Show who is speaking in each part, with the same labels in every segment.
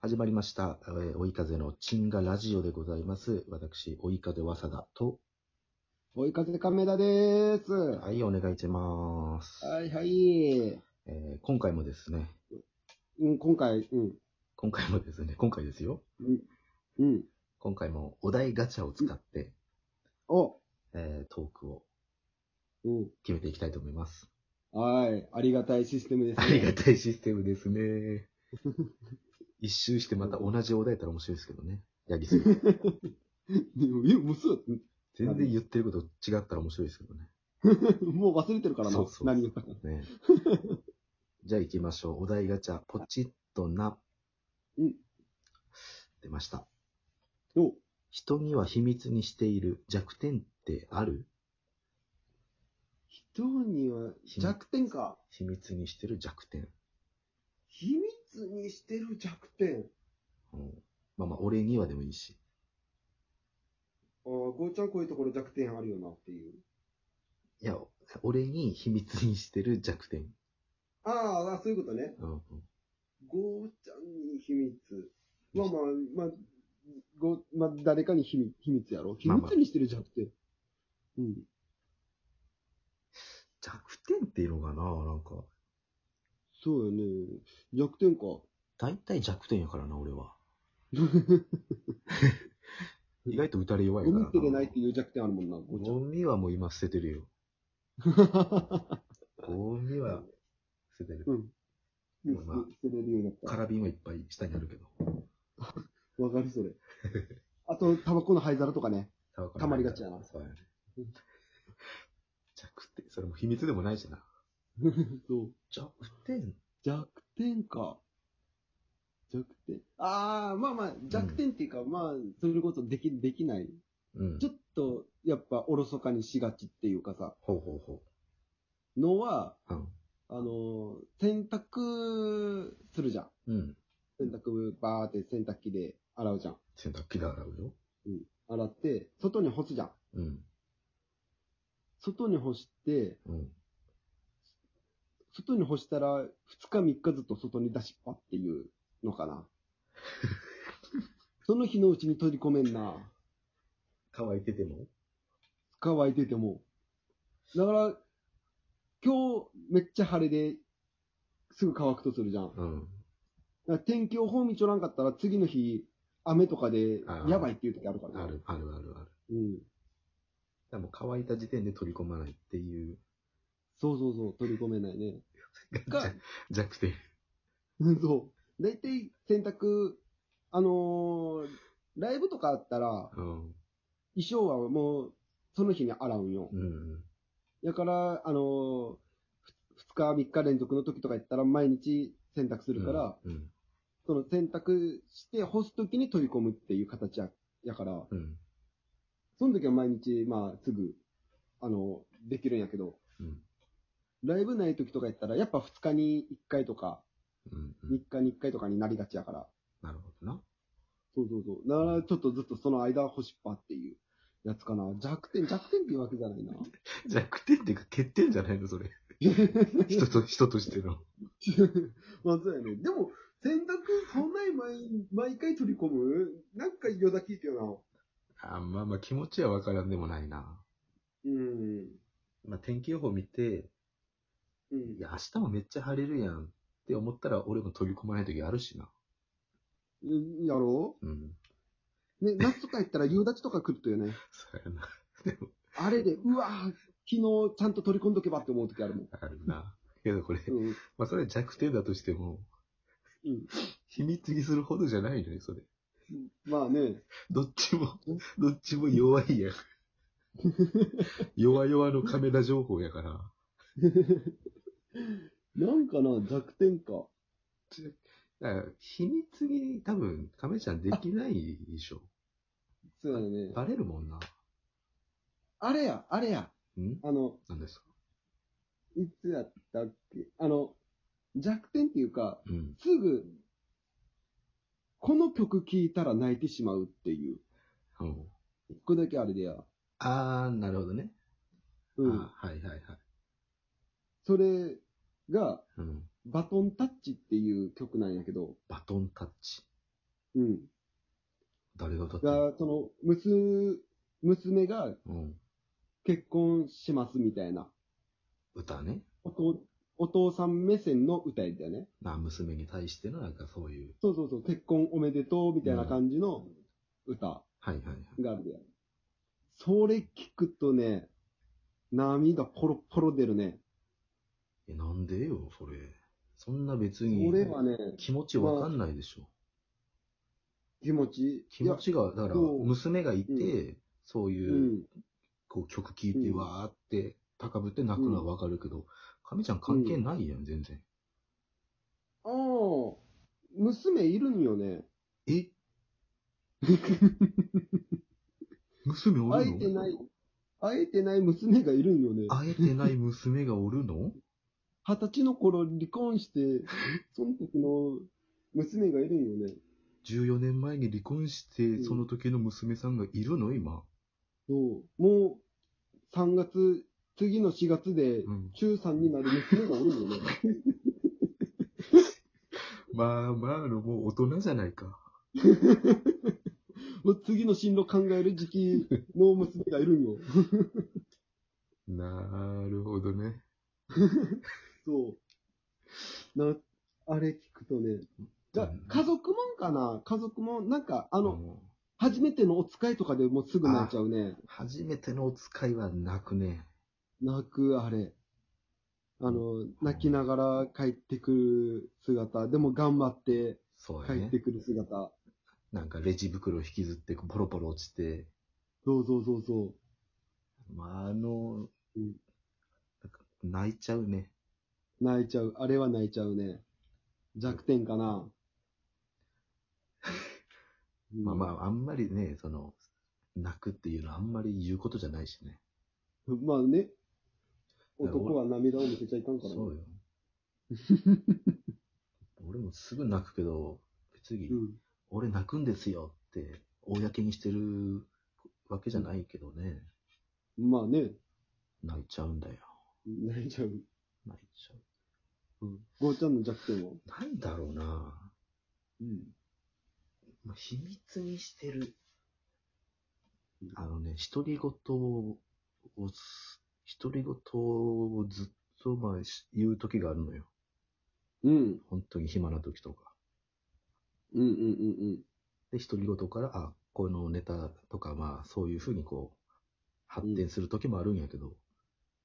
Speaker 1: 始まりました。えー、追い風のチンガラジオでございます。私、追い風わさだと、
Speaker 2: 追い風亀田でーす。は
Speaker 1: はい、お願いします。
Speaker 2: いはい。
Speaker 1: えー今回もですね、
Speaker 2: うん、今回、うん、
Speaker 1: 今回もですね、今回ですよ。
Speaker 2: うん。
Speaker 1: 今回もお題ガチャを使って、
Speaker 2: お、
Speaker 1: えートークを
Speaker 2: うん。
Speaker 1: 決めていきたいと思います。
Speaker 2: はい。ありがたいシステムですね。
Speaker 1: ありがたいシステムですね。 一周してまた同じお題やったら面白いですけどね。やりすぎ。
Speaker 2: でもいや、もうそう
Speaker 1: 全然言ってること違ったら面白いですけどね。
Speaker 2: もう忘れてるからな。
Speaker 1: そうそう
Speaker 2: 何を。
Speaker 1: ね、 じゃあ行きましょう。お題ガチャ、ポチッとな。
Speaker 2: うん
Speaker 1: 出ました。
Speaker 2: お、
Speaker 1: 人には秘密にしている弱点ってある
Speaker 2: 人には弱点か。
Speaker 1: 秘密にしてる弱点。
Speaker 2: 秘密にしてる弱点。
Speaker 1: うん、まあまあ、俺にはでもいいし。
Speaker 2: ああ、ゴーちゃんこういうところ弱点あるよなっていう。
Speaker 1: いや、俺に秘密にしてる弱点。
Speaker 2: あーあー、そういうことね。
Speaker 1: うんうん、
Speaker 2: ゴーちゃんに秘密。まあまあ、まあ、ご、まあ、誰かに秘密、秘密やろ。秘
Speaker 1: まあまあ
Speaker 2: 密にしてる弱点。うん。
Speaker 1: 弱点っていうのかななんか。
Speaker 2: そうよね。弱点か。
Speaker 1: 大体弱点やからな、俺 は。意外と打たれ弱い
Speaker 2: ゴ
Speaker 1: から
Speaker 2: ミ
Speaker 1: な。
Speaker 2: 捨てれないっていう弱点あるもんな、ごちゃ
Speaker 1: ゴミはもう今捨ててるよ。
Speaker 2: ん。
Speaker 1: ゴミは捨ててる。
Speaker 2: うん。
Speaker 1: でも
Speaker 2: 捨
Speaker 1: まあ
Speaker 2: てれるようになった
Speaker 1: カ。ラビンはいっぱい下にあるけど。
Speaker 2: わかる、 それ。あと、タバコの灰皿とかね。
Speaker 1: タバコ
Speaker 2: たまりがちやな
Speaker 1: そうやね
Speaker 2: うん。
Speaker 1: 弱点、それも秘密でもないしな。
Speaker 2: そう。
Speaker 1: 弱点
Speaker 2: 弱点か。弱点。ああ、まあまあ、弱点っていうか、まあ、それこそでき、できない。
Speaker 1: うん
Speaker 2: ち。ょっと、やっぱ、おろそかにしがちっていうかさ、
Speaker 1: ほうほうほ
Speaker 2: のは、
Speaker 1: う。うん。
Speaker 2: あのー、洗濯するじゃん。
Speaker 1: うん。
Speaker 2: 洗濯、バーって洗濯機で洗うじゃん。
Speaker 1: 洗濯機で洗うよ。
Speaker 2: うん。洗って、外に干すじゃん。
Speaker 1: うん。
Speaker 2: 外に干して、
Speaker 1: うん。
Speaker 2: 外に干したら、2日3日ずっと外に出しっぱっていうの かな。その日のうちに閉じ込めんな。
Speaker 1: 乾いてても
Speaker 2: 乾いてても。だから、今日めっちゃ晴れで、すぐ乾くとするじゃん。だか
Speaker 1: うん。
Speaker 2: ら天気予報見ちょらんかったら、次の日、雨とかで
Speaker 1: あ、ー
Speaker 2: やばいっていう時あるから
Speaker 1: あ
Speaker 2: ね。
Speaker 1: る、あるあるある。
Speaker 2: うん。
Speaker 1: でもう乾いた時点で取り込まないっていう
Speaker 2: そうそうそう、取り込めないね。が、
Speaker 1: 弱点。
Speaker 2: うんそう。だいたい洗濯、あのーライブとかあったら、
Speaker 1: うん。
Speaker 2: 衣装はもう、その日に洗うんよ
Speaker 1: う。ん。
Speaker 2: だから、あのー、2日、3日連続の時とか言ったら、毎日洗濯するから、
Speaker 1: うん。
Speaker 2: その洗濯して干す時に取り込むっていう形ややから、
Speaker 1: うん。
Speaker 2: その時は毎日、まあ、すぐ、あのできるんやけど、
Speaker 1: うん。
Speaker 2: ライブない時とかやったら、やっぱ2日に1回とか、
Speaker 1: うん。うん。
Speaker 2: 3日に1回とかになりがちやから、
Speaker 1: なるほどな。
Speaker 2: そうそうそう。だから、ちょっとずっとその間干しっぱっていうやつかな。弱点、弱点っていうわけじゃないな。
Speaker 1: 弱点っていうか欠点じゃないの、 それ。人と、人としての。
Speaker 2: まあそうやね。でも、洗濯、そんなに毎毎回取り込むなんかよだきいてよ
Speaker 1: あまあまあ気持ちはわからんでもないな。
Speaker 2: な。うん。
Speaker 1: まあ天気予報見て、
Speaker 2: うん
Speaker 1: い。や、明日もめっちゃ晴れるやんって思ったら、俺も飛び込まない時あるしな。
Speaker 2: うんやろ
Speaker 1: うん。
Speaker 2: うね、夏とかやったら夕立とか来るとよね。
Speaker 1: そうやな。
Speaker 2: あれで、うわぁ、昨日ちゃんと取り込んどけばって思う時あるもん。
Speaker 1: あるな。けどこれ、
Speaker 2: うん。
Speaker 1: まあそれは弱点だとしても、
Speaker 2: うん
Speaker 1: 秘密にするほどじゃないのよ、それ。
Speaker 2: まあね。
Speaker 1: どっちも、どっちも弱い やん。弱々のカメラ情報やから。
Speaker 2: なんかな、弱点か。
Speaker 1: だから秘密に多分、カメちゃんできないでしょ。
Speaker 2: そうやね。
Speaker 1: バレるもんな。
Speaker 2: あれや、あれや。
Speaker 1: ん
Speaker 2: あの、
Speaker 1: なんですか
Speaker 2: いつやったっけあの、弱点っていうか、
Speaker 1: うん。
Speaker 2: すぐ、この曲聴いたら泣いてしまうっていう。
Speaker 1: うん。
Speaker 2: 一個だけあれでや。
Speaker 1: あー、なるほどね。
Speaker 2: うん。
Speaker 1: あーはいはいはい。
Speaker 2: それが、
Speaker 1: うん。
Speaker 2: バトンタッチっていう曲なんやけど、
Speaker 1: バトンタッチ。
Speaker 2: うん。
Speaker 1: 誰が歌ってる
Speaker 2: が、その、娘、娘が
Speaker 1: うん。
Speaker 2: 結婚しますみたいな、
Speaker 1: 歌ね。
Speaker 2: お父お父さん目線の歌やったよね。
Speaker 1: な、娘に対してのなんかそういう。
Speaker 2: そうそうそう、結婚おめでとうみたいな感じの歌
Speaker 1: はいはいはい。
Speaker 2: があるやん。それ聞くとね、涙ポロポロ出るね。
Speaker 1: え、なんでよ、それ。そんな別に、
Speaker 2: 俺はね、
Speaker 1: 気持ちわかんないでしょ。
Speaker 2: 気持ち、
Speaker 1: 気持ちが、だから、
Speaker 2: そう
Speaker 1: 娘がいて、
Speaker 2: う
Speaker 1: そう
Speaker 2: い
Speaker 1: い
Speaker 2: や、
Speaker 1: う、
Speaker 2: うん。
Speaker 1: こう曲聴いて、
Speaker 2: うん
Speaker 1: わーって、高ぶって泣くのはわかるけど、亀ちゃん関係ないやん、全然。
Speaker 2: ああ、娘いるんよね。
Speaker 1: え娘お
Speaker 2: 会え
Speaker 1: る
Speaker 2: て
Speaker 1: の
Speaker 2: ない、会えてない娘がいるんよね。
Speaker 1: 会えてない娘がおるの
Speaker 2: 二十歳の頃離婚 して、その時の娘がいるんよね。
Speaker 1: 14年前に離婚して、
Speaker 2: ん
Speaker 1: その時の娘さんがいるの今。
Speaker 2: そう。もう、3月、次の4月で
Speaker 1: う、ん。
Speaker 2: 中3になる娘がおるん よね。
Speaker 1: まあまあの、もう大人じゃないか。
Speaker 2: もう次の進路考える時期の娘がいるんよ。
Speaker 1: なるほどね。
Speaker 2: そう。な、あれ聞くとね。じゃあ
Speaker 1: うん
Speaker 2: 家族もんかな家族もん、なんか、あ
Speaker 1: あ
Speaker 2: の、初めてのお使いとかでもうすぐ泣いちゃうね。
Speaker 1: 初めてのお使いは泣くね。
Speaker 2: 泣く、あれ。あの、泣きながら帰ってくる姿。でも頑張って
Speaker 1: そうや
Speaker 2: 帰
Speaker 1: ね
Speaker 2: って。くる姿。
Speaker 1: なんかレジ袋引きずって、ポロポロ落ちて。
Speaker 2: そうそうそうそ
Speaker 1: まあ、あの、
Speaker 2: うん
Speaker 1: なんか泣いちゃうね。
Speaker 2: う。泣いちゃう。あれは泣いちゃうね。弱点かな。
Speaker 1: まあまあ、
Speaker 2: あ。
Speaker 1: あんまりね、その、泣くっていうのはあんまり言うことじゃないしね。
Speaker 2: まあね。男は涙を見せちゃいかんから。
Speaker 1: そうよ。俺もすぐ泣くけど、別に、
Speaker 2: うん。
Speaker 1: 俺泣くんですよって、公にしてるわけじゃないけどね。
Speaker 2: まあね。
Speaker 1: 泣いちゃうんだよ。
Speaker 2: 泣いちゃう。
Speaker 1: 泣いちゃう。
Speaker 2: うん。ゴーちゃんの弱点は
Speaker 1: なんだろうな
Speaker 2: うん。
Speaker 1: まあ、秘密にしてる
Speaker 2: うん。
Speaker 1: あのね、独り言をす、独り言をずっと、まあ、し言う時があるのよ。
Speaker 2: うん。
Speaker 1: 本当に暇な時とか。
Speaker 2: うんうんうん
Speaker 1: で、独り言から、あ、このネタとか、まあ、そういうふうにこう、発展する時もあるんやけど、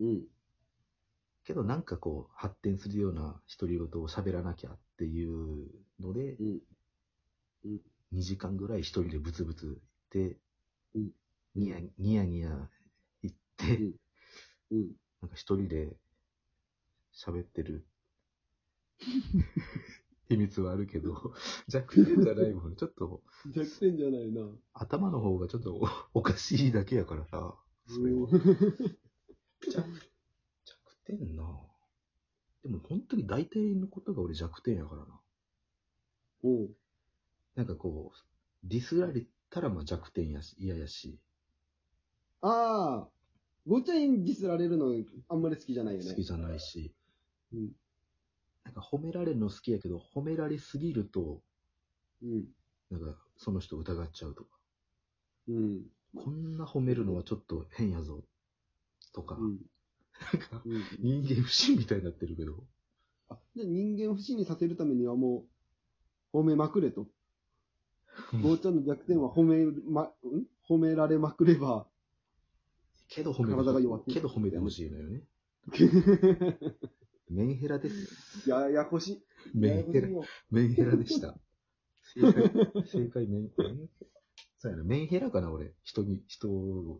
Speaker 2: うん。うん。
Speaker 1: けどなんかこう、発展するような独り言を喋らなきゃっていうので、
Speaker 2: うんうん
Speaker 1: 2時間ぐらい一人でブツブツ言って、
Speaker 2: うん
Speaker 1: ニヤニヤニヤ言って、
Speaker 2: うんうん。
Speaker 1: なんか一人で喋ってる。秘密はあるけど、弱点じゃないもん。ちょっと、
Speaker 2: 弱点じゃないな。
Speaker 1: 頭の方がちょっとおお かしいだけやからさ。それは
Speaker 2: うん
Speaker 1: 弱弱点なぁでも本当に大体のことが俺弱点やからな。
Speaker 2: うん。
Speaker 1: なんかこう、ディスられたらまあ弱点やし、嫌やし、
Speaker 2: ああ、ごちゃんディスられるのあんまり好きじゃないよね。
Speaker 1: 好きじゃないし。
Speaker 2: うん
Speaker 1: なんか褒められるの好きやけど、褒められすぎると、
Speaker 2: うん。
Speaker 1: なんかその人疑っちゃうとか。
Speaker 2: うん。
Speaker 1: こんな褒めるのはちょっと変やぞ。とか、
Speaker 2: うん。うん
Speaker 1: 人間不信みたいになってるけど、
Speaker 2: あ、じゃあ人間不信にさせるためにはもう、褒めまくれ と。ごちゃんの弱点は褒めま、ん褒められまくれば。
Speaker 1: けど褒めて
Speaker 2: 体が弱ってる
Speaker 1: けど褒めてほしいのよね。メンヘラです。
Speaker 2: ややこしい。
Speaker 1: メ
Speaker 2: やや
Speaker 1: ン
Speaker 2: こ
Speaker 1: ヘ
Speaker 2: し
Speaker 1: ラ
Speaker 2: い、よ。
Speaker 1: メンヘラでした。正 解、正解メン、メンそうやな、メンヘラかな、俺。人に、人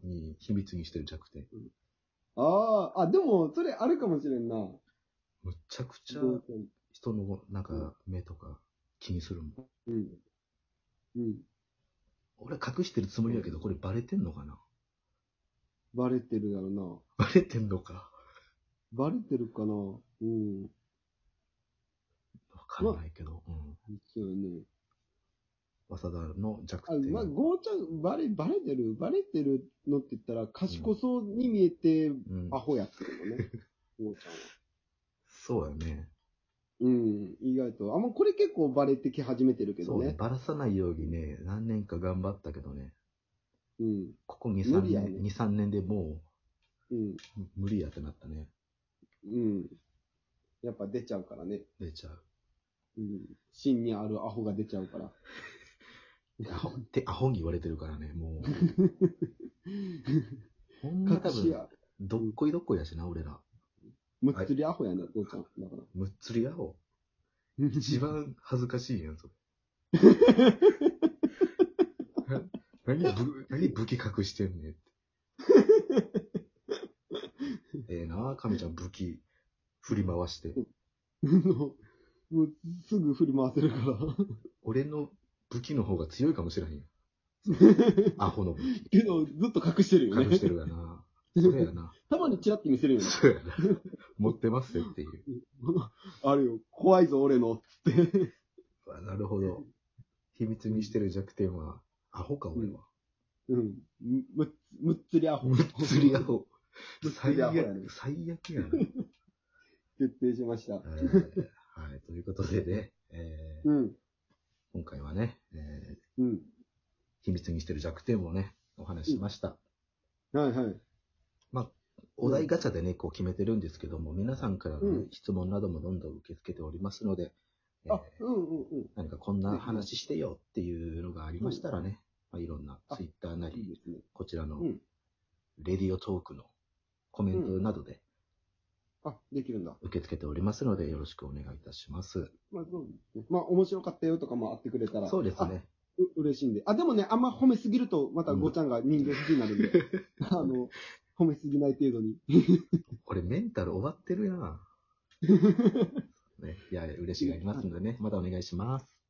Speaker 1: に秘密にしてる弱点。
Speaker 2: ああ、あ、でも、それあるかもしれんな。
Speaker 1: むちゃくちゃ
Speaker 2: ごちゃん
Speaker 1: 人の、なんか、目とか気にするもん。
Speaker 2: うん。うん。
Speaker 1: 俺隠してるつもりやけど、これバレてんのかな
Speaker 2: バレてるだろうな。
Speaker 1: バレてんのか。
Speaker 2: バレてるかなうん。
Speaker 1: わかんないけど、うん。
Speaker 2: そうよね。
Speaker 1: わさだの弱
Speaker 2: あ
Speaker 1: 点。
Speaker 2: まあ、ゴーちゃん、バレ、バレてる、バレてるのって言ったら、賢そうに見えて、
Speaker 1: うん
Speaker 2: ア。ホやってるのね。ゴーちゃんは。
Speaker 1: そうやね。
Speaker 2: うん、意外と。あんまこれ結構バレてき始めてるけど
Speaker 1: そうね
Speaker 2: ね。。
Speaker 1: ばらさないようにね、何年か頑張ったけどね、
Speaker 2: うん。
Speaker 1: ここ2、3
Speaker 2: 無理や
Speaker 1: 年、
Speaker 2: ね
Speaker 1: 2、3年でも
Speaker 2: うん。
Speaker 1: う無理やってなったね。
Speaker 2: うん。やっぱ出ちゃうからね。
Speaker 1: 出ちゃう。
Speaker 2: うん。芯にあるアホが出ちゃう から。
Speaker 1: アホって、アホに言われてるからね、もう。 ほんま多
Speaker 2: 隠し
Speaker 1: 分、
Speaker 2: や、
Speaker 1: どっこいどっこいやしな、俺ら。
Speaker 2: むっつりアホやね、父ちゃん。だから。
Speaker 1: むっつりアホ。一番恥ずかしいやん、それ。な何ぶ、何武器隠してんねん って。ええなあ、亀ちゃん武器振り回して。
Speaker 2: もう、 もうすぐ振り回せ るから。
Speaker 1: 俺の武器の方が強いかもしれへんよ。アホの武器
Speaker 2: けど、ずっと隠してるよね。
Speaker 1: 隠して るやな。それやな。
Speaker 2: たまにチラッて見せるよね。
Speaker 1: そうやな。持ってますよって いう。
Speaker 2: あるよ。怖いぞ、俺の。つって。
Speaker 1: うわなるほど。秘密にしてる弱点は、アホか、俺は。
Speaker 2: うん。むむっつりアホ。
Speaker 1: むっつりア。ホ。
Speaker 2: むっつ
Speaker 1: 最
Speaker 2: りア
Speaker 1: 悪
Speaker 2: ホやね、
Speaker 1: 最悪やな。
Speaker 2: 決定しました。
Speaker 1: えーはい、ということでね、えー
Speaker 2: うん。
Speaker 1: 今回はね、えー
Speaker 2: うん。
Speaker 1: 秘密にしてる弱点をね、お話ししました。
Speaker 2: はいはい。
Speaker 1: お題ガチャでね、こう決めてるんですけども、皆さんからのね、
Speaker 2: うん
Speaker 1: 質問などもどんどん受け付けておりますので、えー
Speaker 2: あ、うんうんうん。
Speaker 1: 何かこんな話してよっていうのがありましたらね、まあ、いろんな
Speaker 2: あ
Speaker 1: ツイッターない
Speaker 2: い
Speaker 1: り、
Speaker 2: ですね。
Speaker 1: こちらの
Speaker 2: うん
Speaker 1: レディオトークのコメントなどで
Speaker 2: あ、できるんだ。
Speaker 1: 受け付けておりますので、よろしくお願いいたします。
Speaker 2: まあそうですね。まあ面白かったよとかもあってくれたら。
Speaker 1: そうです
Speaker 2: あ。
Speaker 1: ね。
Speaker 2: う嬉しいんで。あ、でもね、あんま褒めすぎると、またごちゃんが人形好きにな るんで。あの、褒めすぎない程度に。
Speaker 1: これメンタル終わってるやん。ね、いや、嬉しがりますんでね、またお願いします。